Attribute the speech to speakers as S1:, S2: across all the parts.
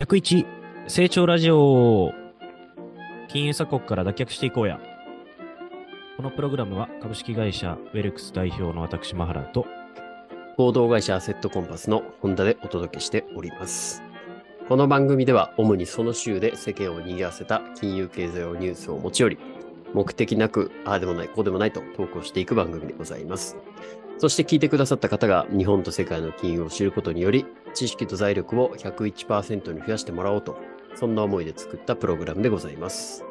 S1: 101成長ラジオ金融鎖国から脱却していこうやこのプログラムは株式会社ウェルクス代表の私マハラと
S2: 合同会社アセットコンパスのホンダでお届けしております。この番組では主にその週で世間を賑わせた金融経済のニュースを持ち寄り、目的なく、ああでもない、こうでもないと投稿していく番組でございます。そして聞いてくださった方が日本と世界の金融を知ることにより、知識と財力を101%に増やしてもらおうと、そんな思いで作ったプログラムでございます。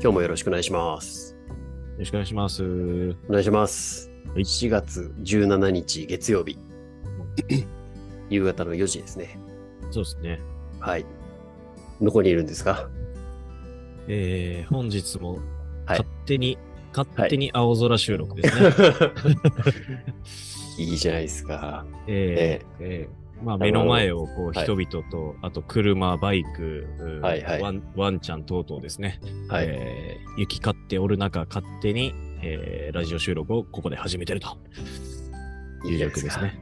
S2: 今日もよろしくお願いします。
S1: よろしくお願いしますは
S2: お願いします。
S1: はい
S2: 4月17日月 曜日、夕方の4時ですね。
S1: そうですね
S2: はい。どこにいるんで すか
S1: えー、本日も
S2: はい
S1: 勝手に、勝手に青空収録です ね、
S2: いいじゃないですか。
S1: えーえーまあ、目の前をこう
S2: はい
S1: 人々と、あと車、バイク、うん
S2: はいはい
S1: ワンワンちゃん等々ですね、
S2: はい。
S1: えー行き交っておる中、勝手に、えーラジオ収録をここで始めてると
S2: い
S1: い
S2: いうじ
S1: 状
S2: ゃないで
S1: 況
S2: す
S1: で
S2: か
S1: すね。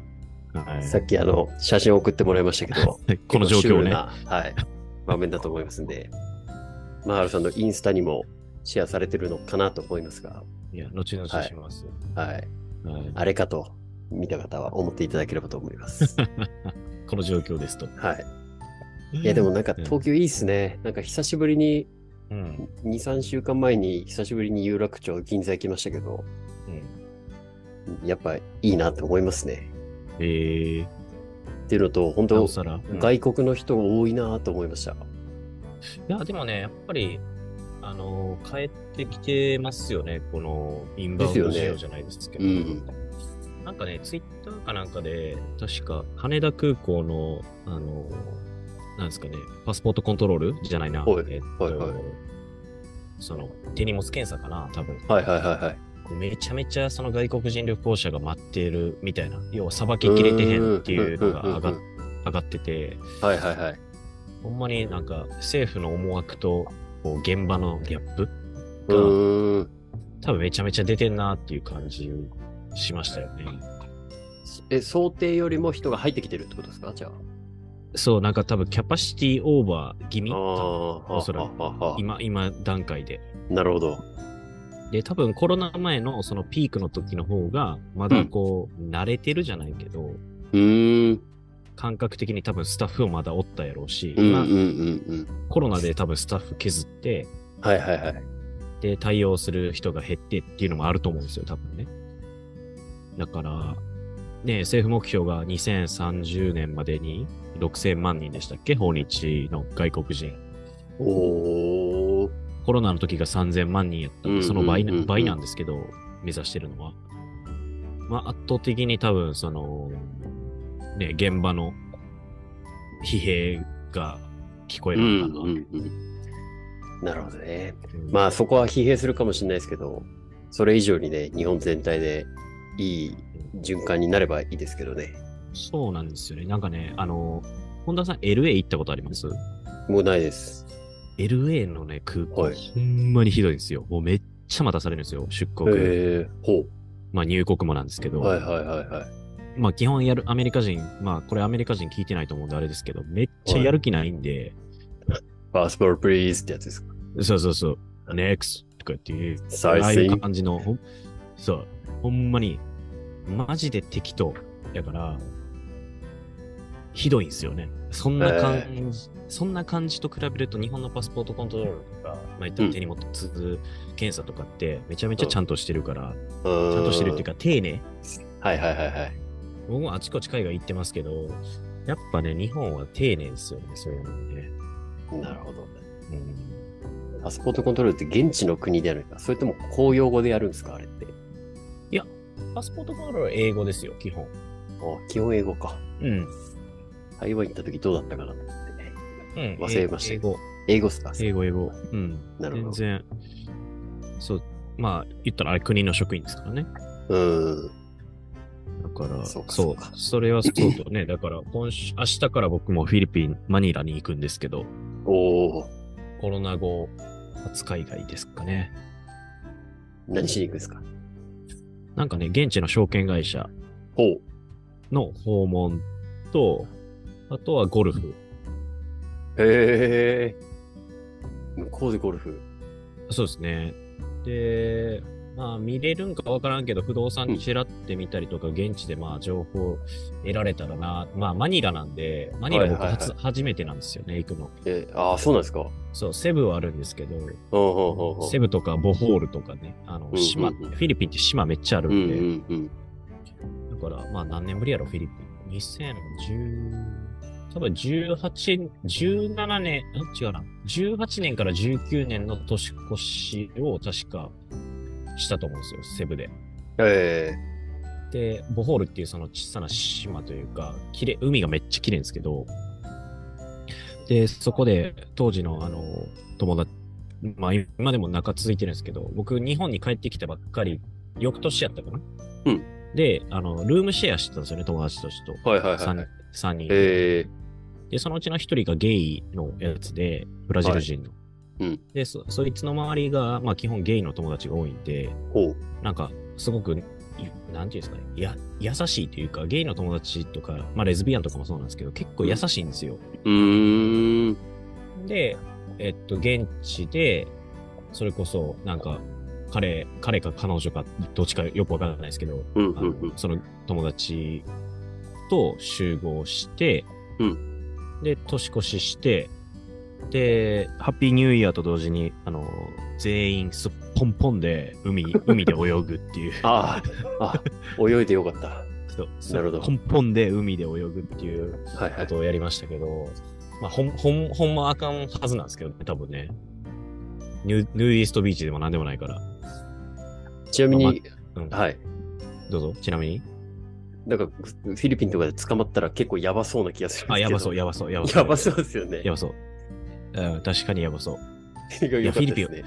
S1: は
S2: さっきあの、写真送ってもらいましたけ ど、
S1: い、この状況を
S2: 結構シュール
S1: ね
S2: な。はい。場面だと思いますんで、マハルさんのインスタにもシェアされてるのかなと思いますが、
S1: いや、後々します。
S2: はい。
S1: はい
S2: あれかと、見た方は思っていただければと思 います。
S1: この状況ですと。
S2: はい。いや、でもなんか東京いいっすね。なんか久しぶりに、
S1: うん、
S2: 2、3週間前に久しぶりに有楽町銀座行きましたけど、
S1: うん。
S2: やっぱいいなって思いますね。
S1: えー、
S2: っていうのと、本
S1: な
S2: 当
S1: おさら。うん
S2: 外国の人多いなと思いました。
S1: いや、でもね、やっぱり、あのー、帰ってきてますよね、このインバウンド
S2: です
S1: 需
S2: よ
S1: 要
S2: ね
S1: じゃないですけど。
S2: うん
S1: なんかね、ツイッターかなんかで、確か羽田空港の、あのー、なんですかね、パスポートコントロールじゃないな。
S2: はい
S1: えっと
S2: はいはい
S1: その手荷物検査かな、多分。
S2: はいはいはいはい。
S1: めちゃめちゃその外国人旅行者が待っているみたいな、要はさばききれてへんっていうのが上が
S2: うんうんうん
S1: 上がってて、
S2: はいはいはい。
S1: ほんまになんか政府の思惑とこう現場のギャップ
S2: う
S1: が
S2: ーん。
S1: 多分めちゃめちゃ出てんなっていう感じしましたよね。
S2: え、想定よりも人が入ってきてるってことですかじゃあ。
S1: そう、なんか多分キャパシティオーバー気味
S2: あ、ー
S1: おそらく
S2: あああ
S1: 今、今段階で。
S2: なるほど。
S1: で、多分コロナ前のそのピークの時の方が、まだこう、慣れてるじゃないけど、
S2: うーん。
S1: 感覚的に多分スタッフをまだおったやろうし、
S2: うんうんう
S1: まあ
S2: ん
S1: コロナで多分スタッフ削って、
S2: うん。はいはいはい。
S1: で対応する人が減ってっていうのもあると思うんですよ、多分ね。だから、ね、政府目標が2030年までに6000万人でしたっけ訪日の外国人。
S2: おー。
S1: コロナの時が3000万人やったん
S2: うん
S1: で、その倍
S2: うんうんう
S1: なん倍なんですけど、目指してるのは。まあ、圧倒的に多分、その、ね、現場の疲弊が聞こえ
S2: う
S1: る
S2: ん
S1: のかな。
S2: うんうん。なるほどね。
S1: うん
S2: まあそこは疲弊するかもしれないですけど、それ以上にね、日本全体でいい循環になればいいですけどね。
S1: そうなんですよね。なんかね、あの、本田さん LA 行ったことあります
S2: もうないです。
S1: LA のね、空港、
S2: はい
S1: ほんまにひどいんですよ。もうめっちゃ待たされるんですよ、出国。
S2: えー、ほ
S1: まあ入国もなんですけど、
S2: う。はいはいはいはい。
S1: まあ基本やるアメリカ人、まあこれアメリカ人聞いてないと思うんであれですけど、めっちゃやる気ないんで、
S2: パスポートプリーズってやつですか。
S1: そうそうそう、NEXT とかっていう、
S2: 再
S1: ああい
S2: 生
S1: う感じの、ほんそう、ほんまに、マジで適当だから、ひどいんですよね。そんな感じ、そんな感じと比べると、日本のパスポートコントロールとか、まあ、言ったら手に持つ、検査とかって、めちゃめちゃちゃんとしてるから、
S2: ちゃ
S1: ちゃん
S2: ん
S1: としてるっていうか、丁寧。
S2: か。はいはいはいはい。
S1: 僕もあちこち海外行ってますけど、やっぱね、日本は丁寧ですよね、そういうのね。
S2: なるほ
S1: う
S2: ど。
S1: ん
S2: パスポートコントロールって現地の国でやるのかそれとも公用語でやるんですかあれって。
S1: パスポートコントロールは英語ですよ、基本。
S2: あ、基本英語か。
S1: うん。
S2: 台湾行った時どうだったかなと思ってね。
S1: うん、
S2: 忘れました
S1: 英語。
S2: 英語っすか
S1: 英語、英語。うん。
S2: なるほ
S1: 全
S2: ど。
S1: 然、そう、まあ、言ったらあれ国の職員ですからね。
S2: うん。
S1: だから、
S2: そうか
S1: そ
S2: そうか
S1: うそれはそうとね、だから、今週、明日から僕もフィリピン、マニラに行くんですけど、
S2: おー。
S1: コロナ後、初海外ですかね。
S2: 何しに行くんですか
S1: なんかね、現地の証券会社
S2: ほう。
S1: の訪問と、あとはゴルフ。
S2: へえ。向こうでゴルフ。
S1: そうですね。で、まあ見れるんかわからんけど、不動産ちらってみたりとか、現地でまあ情報得られたらな。まあマニラなんで、マニラ僕
S2: はいはいはい
S1: 初初めてなんですよね、行くの。
S2: えああ、そうなんですか。うん
S1: そう、セブはあるんですけど、
S2: うんうんうん。
S1: セブとかボホールとかね、あの
S2: んうん
S1: 島、フィリピンって島めっちゃある
S2: うん
S1: で、
S2: んうん
S1: だから、まあ何年ぶりやろ、フィリピン。2010、多分18、17年、ん違うな。18年から19年の年越しを確かしたと思うんですよ、セブで。
S2: うん。え
S1: で、ボホールっていうその小さな島というか、綺麗、海がめっちゃ綺麗ですけど、で、そこで当時のあの、友達、まあ今でも仲続いてるんですけど、僕日本に帰ってきたばっかり、翌年やったかな。
S2: うん
S1: で、あの、ルームシェアしてたんですよね、友達たちと。
S2: えはいはい
S1: 3
S2: は
S1: 人
S2: い。。
S1: 三人
S2: え
S1: で、そのうちの1人がゲイのやつで、ブラジル人の。
S2: はいうん
S1: でそ、そいつの周りが、まあ基本ゲイの友達が多いんで、
S2: ー、ほう。
S1: なんか、すごく、いなんていうんですかね、や、優しいというか、ゲイの友達とか、まあ、レズビアンとかもそうなんですけど、結構優しいんですよ。
S2: うーん。
S1: で、えっと、現地で、それこそ、なんか、彼、彼か彼女か、どっちかよくわからないですけど、
S2: うん
S1: あ
S2: う
S1: の
S2: ん
S1: その友達と集合して、
S2: う
S1: で、年越しして、で、ハッピーニューイヤーと同時に、あの、全員すっぽんぽんで、海、海で泳ぐっていう。
S2: ああ、あ、泳いでよかった。
S1: そう
S2: なるほど
S1: ポンポンで海で泳ぐっていう
S2: はいは
S1: こ
S2: い。
S1: とをやりましたけど、まあ、ほん、ほん、ほんまあかんはずなんですけどね、多分ね。ニュヌーディストビーチでも何でもないから。
S2: ちなみに、
S1: うん、
S2: はい。
S1: どうぞ、ちなみに。
S2: なんか、フィリピンとかで捕まったら結構やばそうな気がするんですけど。
S1: あ、やばそう、
S2: や
S1: やばそう、やば
S2: ば
S1: そう。
S2: そうですよね。
S1: やばそう。うん、確かにやばそう。
S2: い
S1: やフィリピン
S2: ね。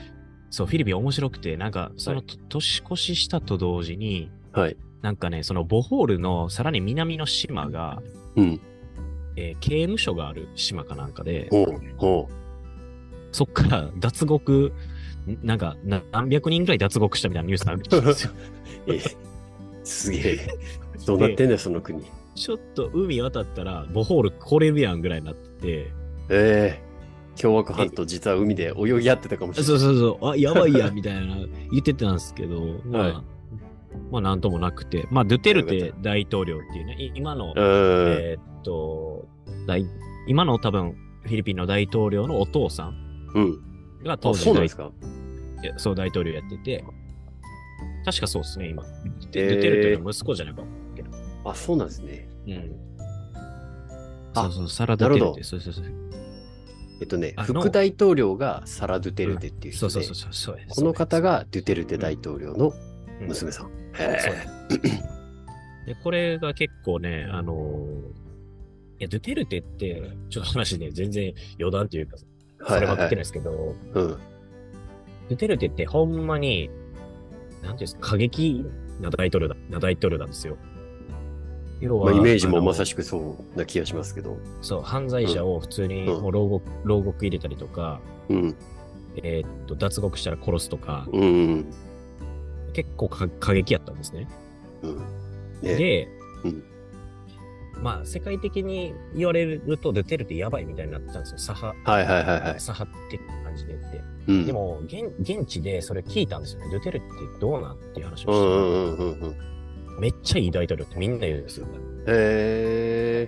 S1: そう、フィリピン面白くて、なんか、その、と年越ししたと同時に、
S2: はい。
S1: なんかね、そのボホールのさらに南の島が、
S2: うん。
S1: えー刑務所がある島かなんかで、
S2: ほう。ほ
S1: そっから脱獄、んなんかな何百人ぐらい脱獄したみたいなニュースがあるんですよ。
S2: う。ええすげえ。どうなってんだよ、 その国。
S1: ちょっと海渡ったら、ボホール来れるやんぐらいになって、
S2: ええ凶悪犯と実は海で泳ぎ合ってたかもしてれ
S1: そ
S2: な
S1: う
S2: い。
S1: そうそう、あ、やばい や、みたいな言ってたんですけど、まあ、
S2: はい
S1: まあなんともなくて、まあ、ドゥテルテ大統領っていうね、い今の、
S2: うん。
S1: えーっと、大今の多分、フィリピンの大統領のお父さん
S2: うん。
S1: が当
S2: あ、
S1: 時
S2: そうなん
S1: 大
S2: ですか。
S1: そう大統領やってて、確かそうですね、今。で、
S2: えー
S1: ドゥテルテの息子じゃないか。
S2: あ、そうなんですね。
S1: うん。
S2: あ
S1: そうそう、サラ
S2: な
S1: ダ
S2: る
S1: テ
S2: ほ
S1: ル
S2: ど
S1: テ。そうそうそう。
S2: えっとね、
S1: あの
S2: 副大統領がサラ・ドゥテルテっていう
S1: そ
S2: 人
S1: うそう
S2: で
S1: そう、そうそうです。
S2: この方がドゥテルテ大統領の
S1: うん、
S2: 娘さん。
S1: うんそう
S2: へ
S1: ですで、これが結構ね、あのーいや、ドゥテルテって、ちょっと話ね、全然余談というか、
S2: え。
S1: そればっかりなん
S2: い。
S1: ですけど、
S2: うん。
S1: ドゥテルテってほんまに、なんていうんですか、過激な大統領だ、な大統領なんですよ。要
S2: まあ、イメージも
S1: あの
S2: まさしくそうな気がしますけど。
S1: そう、犯罪者を普通に
S2: うん
S1: もう牢獄、牢獄入れたりとか、
S2: うん。
S1: えーっと、脱獄したら殺すとか、
S2: うん。
S1: 結構か過激やったんですね。
S2: うん。ね
S1: で、
S2: うん
S1: まあ、世界的に言われると、ドゥテルテやばいみたいになってたんですよ。左派、
S2: はいはいはいはい。
S1: 左派的な感じで言って。
S2: うん。
S1: でも現、現地でそれ聞いたんですよね。ドゥテルテってどうなんっていう話
S2: う
S1: をし
S2: んう
S1: て、
S2: んうんうんうん。
S1: めっちゃいい大統領ってみんな言うんですよ。
S2: へ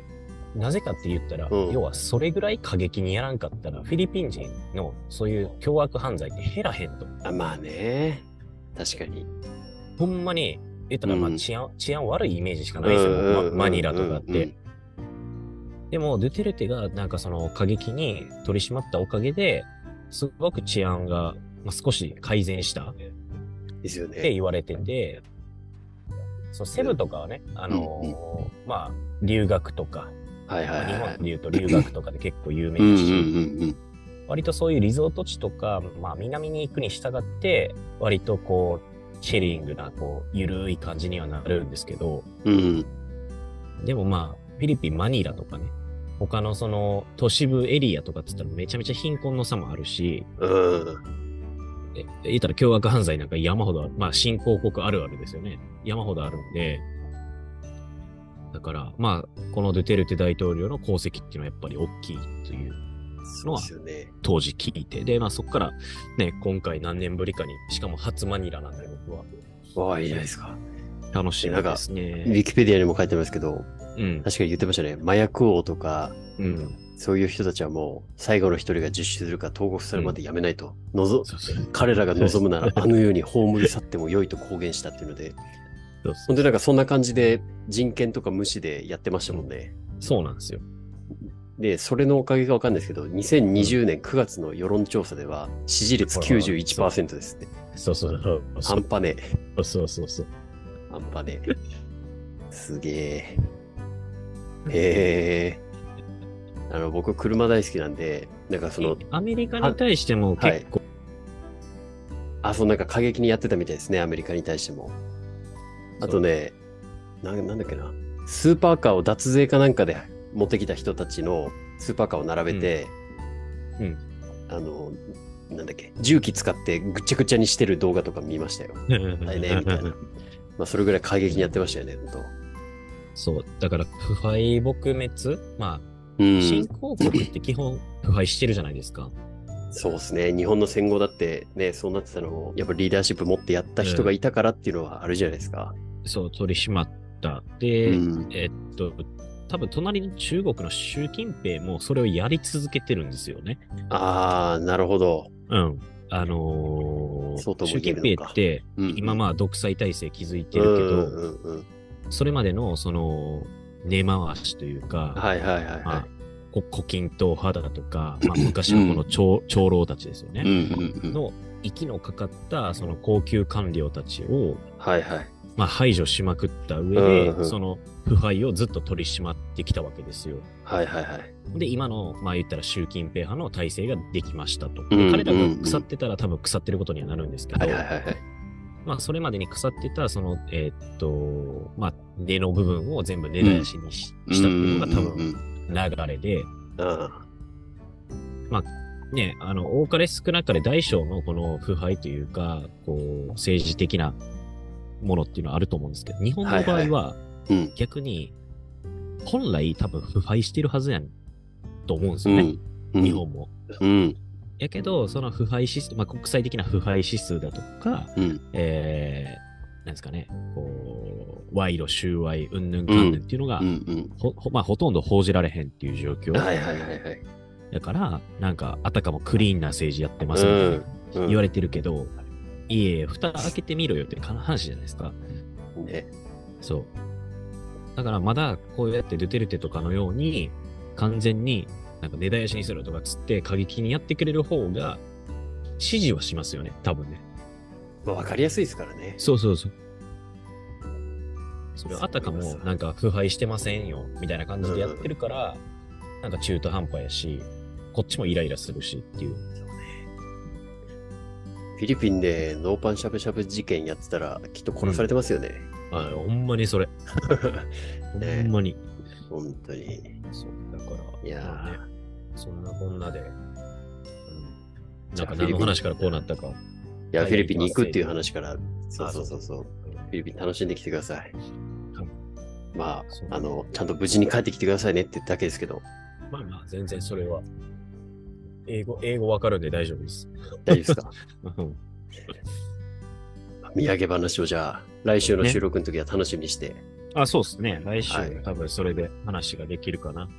S2: え。
S1: なぜかって言ったら、
S2: うん
S1: 要はそれぐらい過激にやらんかったら、フィリピン人のそういう凶悪犯罪って減らへんと。
S2: あまあね。確かに。
S1: ほんまに、言ったらま
S2: う
S1: あ
S2: ん
S1: 治安、治安悪いイメージしかないですよ、まマニラとかっ
S2: うんうんう
S1: て。でも、ドゥテルテがなんかその過激に取り締まったおかげで、すごく治安が、まあ、少し改善したっ
S2: ん。ですよ
S1: て
S2: ね。
S1: 言われてて、そうセブとかはね、あのーまあ、留学とか、
S2: はいはい
S1: まあ
S2: はい
S1: 日
S2: はい
S1: 本。で言うと留学とかで結構有名
S2: うん
S1: だ
S2: うん
S1: し、
S2: うん
S1: 割とそういうリゾート地とか、まあ、南に行くに従って、割とこう、チェリングな、こう、ゆるい感じにはなるんですけど、
S2: うん。うん。
S1: でもまあ、フィリピン、マニラとかね、他のその都市部エリアとかって言ったらめちゃめちゃ貧困の差もあるし、
S2: うん。
S1: え言ったら凶悪犯罪なんか山ほどある、まあ、新興国あるあるですよね。山ほどあるんで、だから、まあ、このドゥテルテ大統領の功績っていうのはやっぱり大きいという
S2: そうですよね。
S1: 当時聞いて、で、まあそこからね、今回何年ぶりかに、しかも初マニラなんで僕は
S2: わあ、いいじゃないですか。
S1: 楽しみです
S2: ウ
S1: ね。
S2: ィキペディアにも書いてますけど、
S1: うん。
S2: 確かに言ってましたね。麻薬王とか、
S1: うん。
S2: そういう人たちはもう、最後の一人が実施するか投獄されるまでやめないと。のぞ
S1: そうそう。
S2: 彼らが望むなら、あの世に葬り去っても良いと公言したっていうので、
S1: そう
S2: 本当になんかそんな感じで人権とか無視でやってましたもんね。
S1: そうなんですよ。
S2: で、それのおかげかわかんないですけど、2020年9月の世論調査では、支持率91%ですね。
S1: そうそうそう。そ
S2: 半
S1: う
S2: 端ねえ。
S1: そうそうそう。
S2: 半端ねえ。すげ え。へえ。あの、僕、車大好きなんで、なんかその、
S1: アメリカに対しても結構、
S2: あ、そう、なんか過激にやってたみたいですね、アメリカに対しても。あとね、ななんだっけな、スーパーカーを脱税かなんかで持ってきた人たちのスーパーカーを並べて、
S1: うんう
S2: あの、なんだっけ、重機使ってぐちゃぐちゃにしてる動画とか見ましたよ。
S1: そう、うん
S2: はいね、みたいな。まあ、それぐらい過激にやってましたよね、本
S1: そう、だから腐敗撲滅、ま
S2: 当。う
S1: あ、新
S2: ん。
S1: 興国って基本腐敗してるじゃないですか。
S2: そうですね、日本の戦後だってね、そうなってたのも、やっぱリーダーシップ持ってやった人がいたからっていうのはあるじゃないですか。
S1: そう、取り締まった。
S2: う
S1: で、
S2: ん。
S1: えっと、多分隣の中国の習近平もそれをやり続けてるんですよね。
S2: ああ、なるほど。
S1: うん。あのー
S2: そうとも
S1: 習
S2: 言え
S1: 近
S2: るの
S1: 平
S2: か
S1: って、
S2: うん
S1: 今まあ独裁体制築いてるけど、
S2: うんうんうん、
S1: それまでのその根回しというか、
S2: はいはいはい
S1: ま
S2: は
S1: あ、こ胡錦涛派だと か、まあ、昔のこの長長老たちですよ
S2: い。
S1: ね、
S2: んうんうん
S1: の息のかかったその高級官僚たちを、
S2: はいはい。
S1: まあ、排除しまくった上で、
S2: うんうん
S1: その腐敗をずっと取り締まってきたわけですよ。
S2: はいはいはい。
S1: で、今の、まあ言ったら習近平派の体制ができましたと。
S2: うんうんうん
S1: 彼らが腐ってたら多分腐ってることにはなるんですけど、
S2: はいはいはいはい。
S1: まあそれまでに腐ってた、その、えーっと、まあ根の部分を全部根絶やしにし,、したっていうのが多
S2: うんう
S1: 分
S2: んうん
S1: 流れで、
S2: あ
S1: ね、あの、多かれ少なかれ大小のこの腐敗というか、こう、政治的なものっていうのはあると思うんですけど、日本の場
S2: はい
S1: 合は
S2: あうん。
S1: 逆に、本来多分腐敗してるはずやんと思うんです
S2: う
S1: よね、
S2: ん。うん
S1: 日。本も。
S2: うん。
S1: やけど、その腐敗指数、まあ、国際的な腐敗指数だとか、
S2: うん。
S1: えー、なんですかね、こう、賄賂、収賄、うんぬんかんぬんっていうのが、
S2: うん。
S1: ほほまあ、ほとんど報じられへんっていう状
S2: うん。は
S1: 況。
S2: いはいはいはい。
S1: だから、なんか、あたかもクリーンな政治やってますみたいな
S2: うん
S1: 言われてるけど、いえいえ、蓋開けてみろよって話じゃないですか。
S2: ね。
S1: そう。だから、まだこうやってドゥテルテとかのように、完全に、なんか根絶やしにするとかつって過激にやってくれる方が、支持はしますよね、多分ね。
S2: まあわかりやすいですからね。
S1: そうそうそう。それはあたか
S2: そう
S1: も
S2: です
S1: なんか腐敗してませんよみたいな感じでやってるから、なんか中途半端やし、こっちもイライラするしっていう。
S2: フィリピンでノーパンしゃぶしゃぶ事件やってたら、きっと殺されてますよね。
S1: あほんまにそれ。ほ
S2: ね
S1: んまに。
S2: 本当に。
S1: そうだから、
S2: いやー
S1: まあね、そんなこんなで、うん、
S2: じ
S1: な
S2: ゃ
S1: ん
S2: あ
S1: か何の話からこうなったか。
S2: いや、
S1: はい
S2: フィリピンに行くっていう話から、そ
S1: ま
S2: う
S1: す
S2: そうそうそう。フィリピン楽しんできてください
S1: は。
S2: ま
S1: そう
S2: あ、あの、ちゃんと無事に帰ってきてくださいねってだけですけど、
S1: まあまあ、全然それは。英語、英語わかるんで大丈夫です。
S2: 大丈夫です か
S1: うん
S2: 土産話をじゃあ、来週の収録の時は楽しみにして。
S1: あ、そうですね。来週、
S2: はい
S1: 多分それで話ができるかな。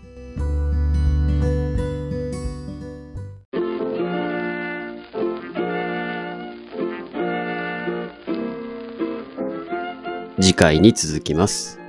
S2: 次回に続きます。